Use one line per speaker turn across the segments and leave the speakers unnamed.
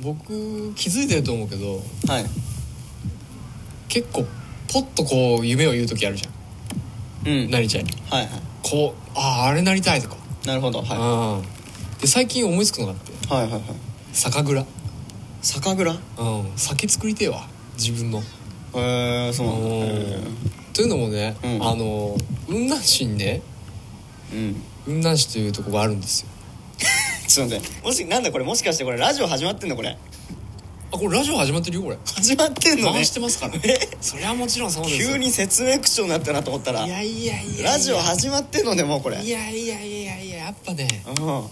僕気づいてると思うけど
はい
結構ポッとこう夢を言う時あるじゃ
うん
んなりちゃんに
はいは
こうあああれなりたいとか、
いなるほどはい
うんで最近思いつくのがあって
はいはいはい
酒蔵、
酒蔵へ
うん、酒作りてえわ自分の
えー、そうなんだ
おー
へ
というのもね、
うん
あの雲南市にね
ーうん
雲南市というとこがあるんですよ
ちょっと待ってもしなんだこれもしかしてこれラジオ始まってんのこれ
あこれラジオ始まってるよこれ
始まってんのね
回してます から
え
それはもちろんそうですよ
急に説明口調になったなと思ったら
いやいやいや
ラジオ始まってんのねもうこれ
いやいやいやいややっぱね
うん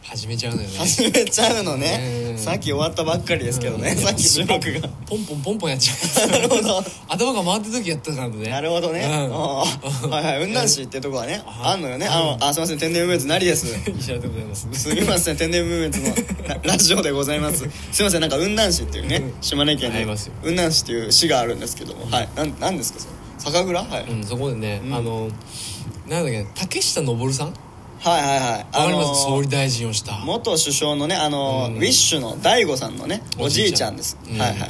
始めちゃうのよね
始めちゃうのね
うん
さっき終わったばっかりですけどね
うん
さっき収録が
ポンポンポンポンやっちゃう
なるほど
頭が回ってる時やったからね
なるほどね
うん
うんはいはい雲南市ってとこはね
あ
あんのよねあのあすいません天然ムーメンツなりです
石原でございます
すみ ません天然ムーメンツのララジオでございますすみませんなんか雲南市っていうね
うん
島根県
あり
の
ますよ
雲南市っていう市があるんですけどもはいなんなんですかそれ酒蔵はいは
う
い
んそこでね、
うん
あのなんだっけ竹下登さんわか
はいはい
ります、
ー
総理大臣をした
元首相のねあの、
うん
ウィッシュの大悟さんのね
お
お
じ
じ
い
い
ち
ち
ゃ
ゃ
ん
んです、
うん
はいはいは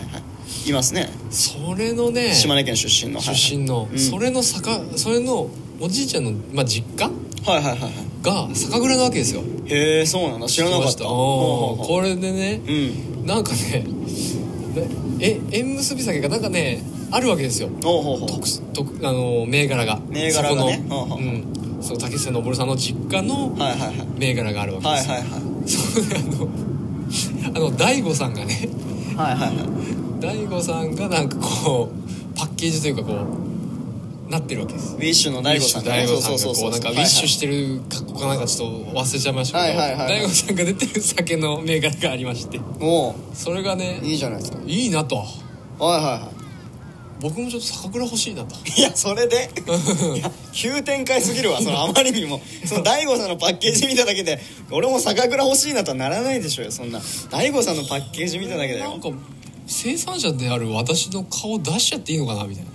いいますね
それのね
島根県出身のはい
出身の、
うん
それの坂それのおじいちゃんの、まあ、実家
はいはいはいは
が酒蔵なわけですよ
いへえそうなんだ知らな
聞き
かっ
ま
た
し
ほ
おー
うほうほ
これでね
ううん
なんかねえ縁結び酒がなんかねあるわけですよ
おうほうほう
特特あの銘柄が
銘柄がね
そこ
はあ
の、
はあ
うん、その竹下登さんの実家の
はいはいはい
銘柄があるわけで
はい
すよ、
はいは
そうあのあの大悟さんがね
いはいはいはい
大悟さんがなんかこうパッケージというかこうなってるわけです
ウィッシュの大悟さんが
大
ね
悟
そう
さ
そ
んが
う
こ
そうう
なんかウ
はい
ィ
はい
ッシュしてる格好かなんかちょっと忘れちゃいましたけど
はいはいはいはい
大悟さんが出てる酒の銘柄がありまして
おう
それがね
いいじゃないですかはい
いなと
いはいは
僕もちょっと酒蔵欲しいなと
いいやそれでいや急展開すぎるわそのあまりにもその大悟さんのパッケージ見ただけで俺も酒蔵欲しいなとはならないでしょうよそんな大悟さんのパッケージ見ただけだ
な
よ
んか生産者である私の顔出しちゃっていいのかなみたいな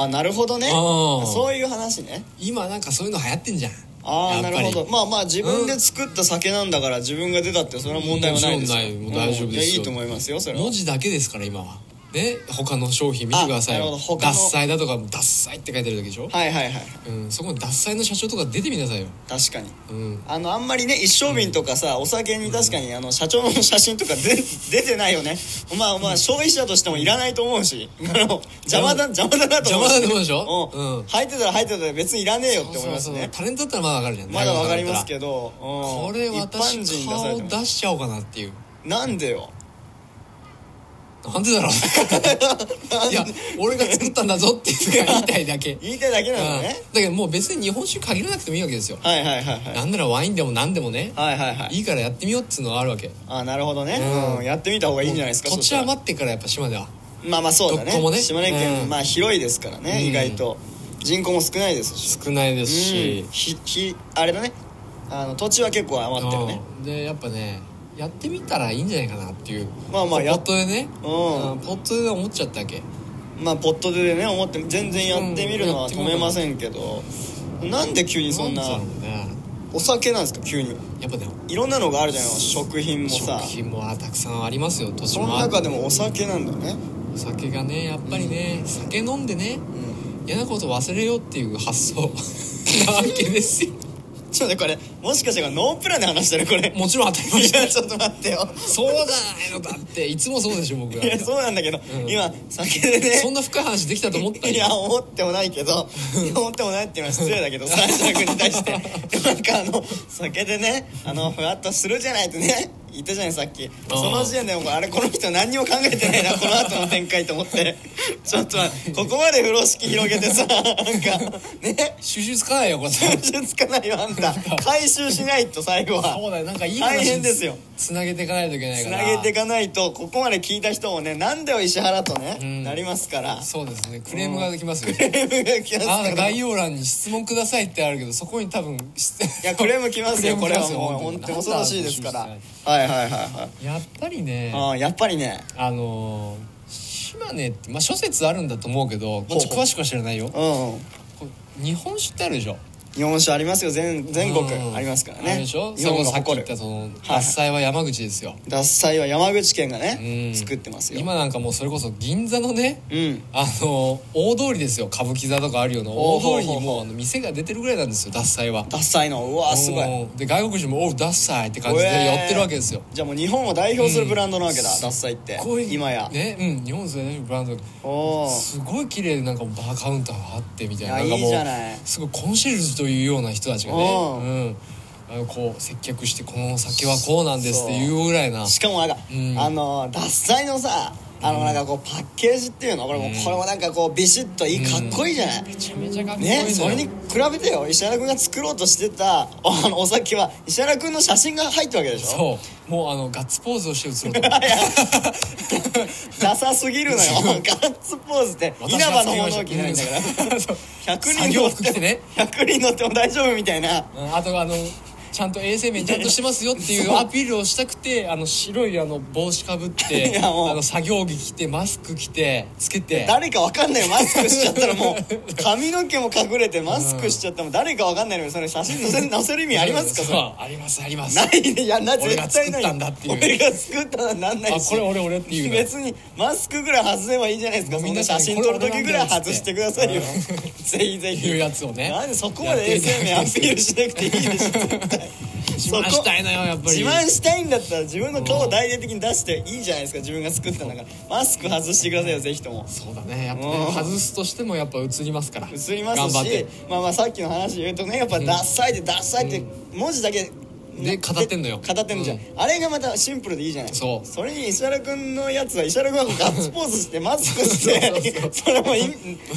あなるほどね
あー
そういう話ね
今なんかそういうの流行ってんじゃん
ああ
や
な
っ
る
ぱり
ほどまあまあ自分で作った酒なんだから自分が出たってそれは問題はないですよ
もちろんないもう大丈夫ですよ
うんいやいいと思いますよそれは
文字だけですから今はね他の商品見てください
あな
よ
るほど他の
獺祭だとか「獺祭」って書いてあるだけでしょ、
はいはいはい
うん、そこに獺祭の社長とか出てみなさいよ、
確かに
うん、
あのあんまりね一升瓶とかさお酒に確かにあの社長の写真とか出出てないよねまあまあ消費者としてもいらないと思うしあの邪魔だ邪魔だなと思うし
邪魔だと思うでしょ
うん
うん
入ってたら入ってたら別にいらねえよって思います
そうそうそ
ね
うタレントだったらまだわかるじゃん
まだわかります
ど
けどうん
これ私
一般人出され
顔
ても
出しちゃおうかなっていう
なんでよ
なんでだろうねいや俺が作ったんだぞっていうのが言いたいだけ、うん、
言いたいだけなの
だ
ね
けどもう別に日本酒限らなくてもいいわけですよ、
はいはいはいはい
なんならワインでも何でもね、
はいはいはい
い、いからやってみようっつうのがあるわけ
あなるほどね、
うん
うんやってみた方がいいんじゃないですか
土
そし
地
たら
余ってからやっぱ島では
まあまあそうだ
どこも
ね
ね
島根県、
うん
まあ広いですからね、
うん
意外と人口も少ないですし
少ないですし
うん、ひひあれだねあの土地は結構余ってるね
うんでやっぱねやってみたらいいんじゃないかなっていう
まあまあや
ポットでね、
う
うん
ん
ポットで思っちゃったわけ
まあポットでね思って全然やってみるのは止めませんけど、なんで急にそんな
だろうね
お酒なんですか急に
やっぱね
いろんなのがあるじゃない食品も
食
さ
品もあたくさんありますよ土地
その
もあ
中でもお酒なんだね、
お酒がねやっぱりね、酒飲んでね
うん、
嫌なこと忘れようっていう 発想なわけですよ
ちょっとねこれもしかしてこれノープランで話してるこれ
もちろん当たり前
い
じゃん
やちょっと待ってよ
そうじゃないのだっていつもそうでしょ僕ら
いやそうなんだけど、
うん
今酒でね
そんな深い話できたと思った
いや思ってもないけ どいや思ってもないっていうのは失礼だけど三者君に対して でもなんかあの酒でねあのふわっとするじゃないってね言ったじゃないさっき
あー
その時点でもうあれこの人何にも考えてないなこの後の展開と思ってちょっと待ってここまで風呂敷広げてさなんかね
収集つかないよこれ
収集つかないよあんた回収しないと最後は
そうだよなんかいい話
大変ですよ
つなげていかないといけない
つ
から
なげていかないとここまで聞いた人もねなんだよ石原とね、
うん
なりますから
そうですねクレームができますよ
クレームが来ます
あ
か
な
ら
概要欄に質問くださいってあるけどそこに多分し
いやクレーム来ますよ
ク
こ
レ
れ
ーム来ま
は
すよ
もう本当に恐ろしいですから
なんだ
はい
ろ
はいはいはい
やっぱりね
あーやっぱりね
あのー島根ってまあ諸説あるんだと思うけどこっち詳しくは知らないよ
うんうん
こう日本酒ってあるでしょ
日本酒ありますよ全全国
うん
ありますから
あれ
ね
でしょ
日本が
さっき
誇
言っ
る
たその獺祭は山口ですよ
獺祭は山口県が
う
ね
ん
作ってますよ
今なんかもうそれこそ銀座のね
うん
あの大通りですよ歌舞伎座とかあるような
お
大
ー
通りにもうあの店が出てるぐらいなんですよ獺祭は
獺祭のうわすごい
おーで外国人も「おう獺祭」って感じでやってるわけですよ
じゃあもう日本を代表するブランドなわけだ獺祭って
こういう
今や
ねうん日本ですよねブランド
おー
すごい綺麗でなんかバーカウンターがあってみたいない
や
んか
いい
も
じゃないう
すごいコンシェルジュというような人たちがねうんあのこう接客してこの酒はこうなんですっていうぐらいな
しかもなんか、
うん
あの獺祭のさあのなんかこうパッケージっていうのこれも、これもなんかこうビシッといいかっこいいじゃない、
めちゃめちゃかっこいいのよ
ね、それに比べてよ石原君が作ろうとしてたあのお酒は石原君の写真が入ったわけでしょ
そうもうあのガッツポーズをして写ろうと思って
ダサすぎるのよガッツポーズって稲葉の物置ないんだから
ら そう
100
作
人乗
業
っ
服着
て
て
も
ね
100人乗っても大丈夫みたいな
うんあとあのちゃんと衛生面ちゃんとしてますよっていうアピールをしたくてあの白いあの帽子かぶっ
い
て
や
あ
もう
の作業着着てマスク着てつけて
誰かわかんないマスクしちゃったらもう髪の毛も隠れてマスクしちゃったらもう誰かわかんないのにそれ写真載せ載せる意味ありますかそ
そ
れ
うありますあります
ないねいやな
俺が
絶対ない
作ったんだっていう
俺が作ったらなんないし
あこれ俺俺っていうの
別にマスクぐらい外せばいいじゃないですか
もう
そ
み
ん
ん
な
な
写真撮る時ぐらい外してくださいよ
これ
ぜひぜひ
いうやつをね
なんでそこまで衛生面アピールしなくていいでしょ絶対
自
そこ
慢したいのよやっぱり
自慢したいんだったら自分の顔を大々的に出していいじゃないですか自分が作ったんだからマスク外してくださいよぜひとも
そうだねやっぱ
うん
ね外すとしてもやっぱ映りますから
映ります
頑張って
しまあまあさっきの話で言うとねやっぱ「ダッサい」で「ダッサい」って文字だけ
で語ってんのよ
語ってんのじゃん、
うん
あれがまたシンプルでいいじゃない
そう
それに石原君のやつは石原君はガッツポ ーズしてマスクして
そうそう
それもい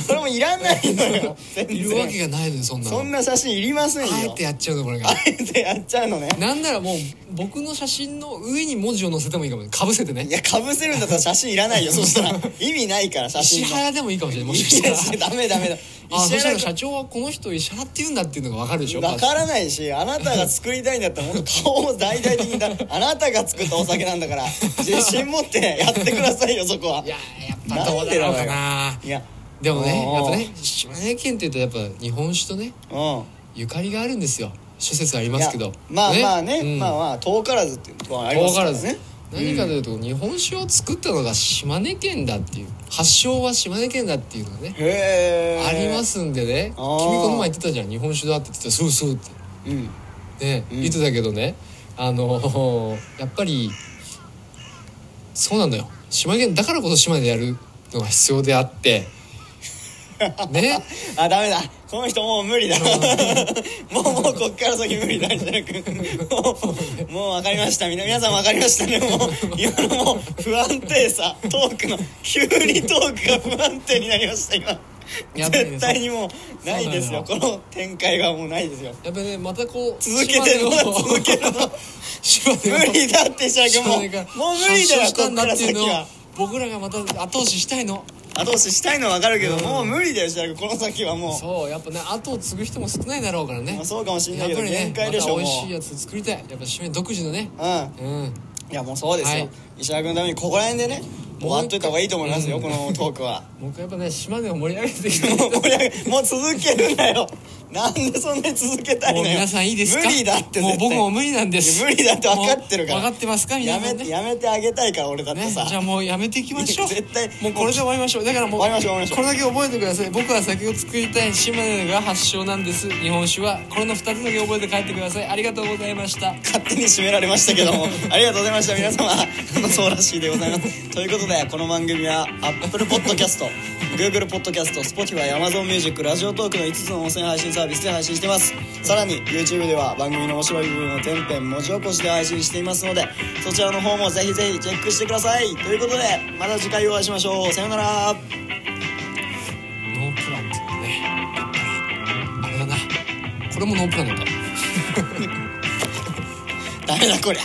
それもいらないのよ全 然
いるわけがないのよそんなの
そんな写真いりませんよ
あえてやっちゃうのこれが
あえてやっちゃうのね
なんならもう僕の写真の上に文字を載せてもいいかもかぶせてね
いやかぶせるんだったら写真いらないよそしたら意味ないから写真
石
の
原でもいいかもしれないもしか
いや
したら
ダメダメだ
あそしたら
君
社長はこの人を石原って言うんだっていうのが分かるでしょ
わからないしあなたが作りたいんだったらもっと顔を大々的に だあなたが作ったお酒なんだから自信持ってやってくださいよそこはい
ややっぱどうだろうかな
や
でもね
おー
やっぱね島根県っていうとやっぱ日本酒とね
う
ゆかりがあるんですよ諸説あり
んい
ま
や
すけど
まあまあね
うん
まあまあ遠からずっていうところはありま
遠
すか
からら
ね
ずね何かというと日本酒を作ったのが島根県だっていう発祥は島根県だっていうのがね
へえ
ありますんでね君
あー
この前言ってたじゃん日本酒だって言ってたらそうそうって
うん
ね、言ってたけどねあのやっぱりそうなんだよ島根県だからこそ島根でやるのが必要であ ってね
あダメだこの人もう無理だ もうもうこっから先無理だ石原君もうもう分かりましたみんな皆さん分かりましたねもう今のもう不安定さトークの急にトークが不安定になりました今
やばいね
絶対にもうないですよこ
そ
の展開がもうないですよ
やっぱりねまたこう
続けてるの
島根を
続けるの
島根を
無理だって石原君も
島
う
根が
もう無理だよ
発祥した
こ
ん
っ
だ
か
っ
ら
てい
先
うのを
は
僕らがまた後押ししたいの
後押ししたいのは分かるけど
うん
もう無理だよ石原君この先はもう
そうやっぱね後を継ぐ人も少ないだろうからね
まあそうかもしれな
や
い
っ
け
ぱ
ど
りね
限
また
界
美
でしょもう
味しいやつ作りたいやっぱ島根独自のね
うん
うん
いやもうそうですよ、
はい
石原君のためにここら辺でね終わっといた方がいいと思いますよ、
うん
このトークは
もう一回やっぱね島根を盛り上げていきたい
もう盛り上げもう続けるなよなんでそんなに続けたいの
もう
よ
皆さんいいですか
無理だって絶対
もう僕も無理なんです
いや無理だって分かってるから
もう分かってますか皆
や
さんね
めてやめてあげたいから俺だって
ね、
さ、
じゃあもうやめていきましょう
絶対
もうこれで終わりましょうだからもう
終わりましょう終わりましょう
これだけ覚えてください僕は酒を作りたい島根が発祥なんです日本酒はこれの2つだけ覚えて帰ってくださいありがとうございました
勝手に締められましたけどもありがとうございました皆様そうらしいでございますということでこの番組は Apple Podcast Google Podcast Spotify Amazon Music ラジオトークの5つの音声配信サービスで配信してますさらに YouTube では番組の面白い部分を全編文字起こしで配信していますのでそちらの方もぜひぜひチェックしてくださいということでまた次回お会いしましょうさようなら
ノープランっていうのねあれだなこれもノープランだった
ダメだこりゃ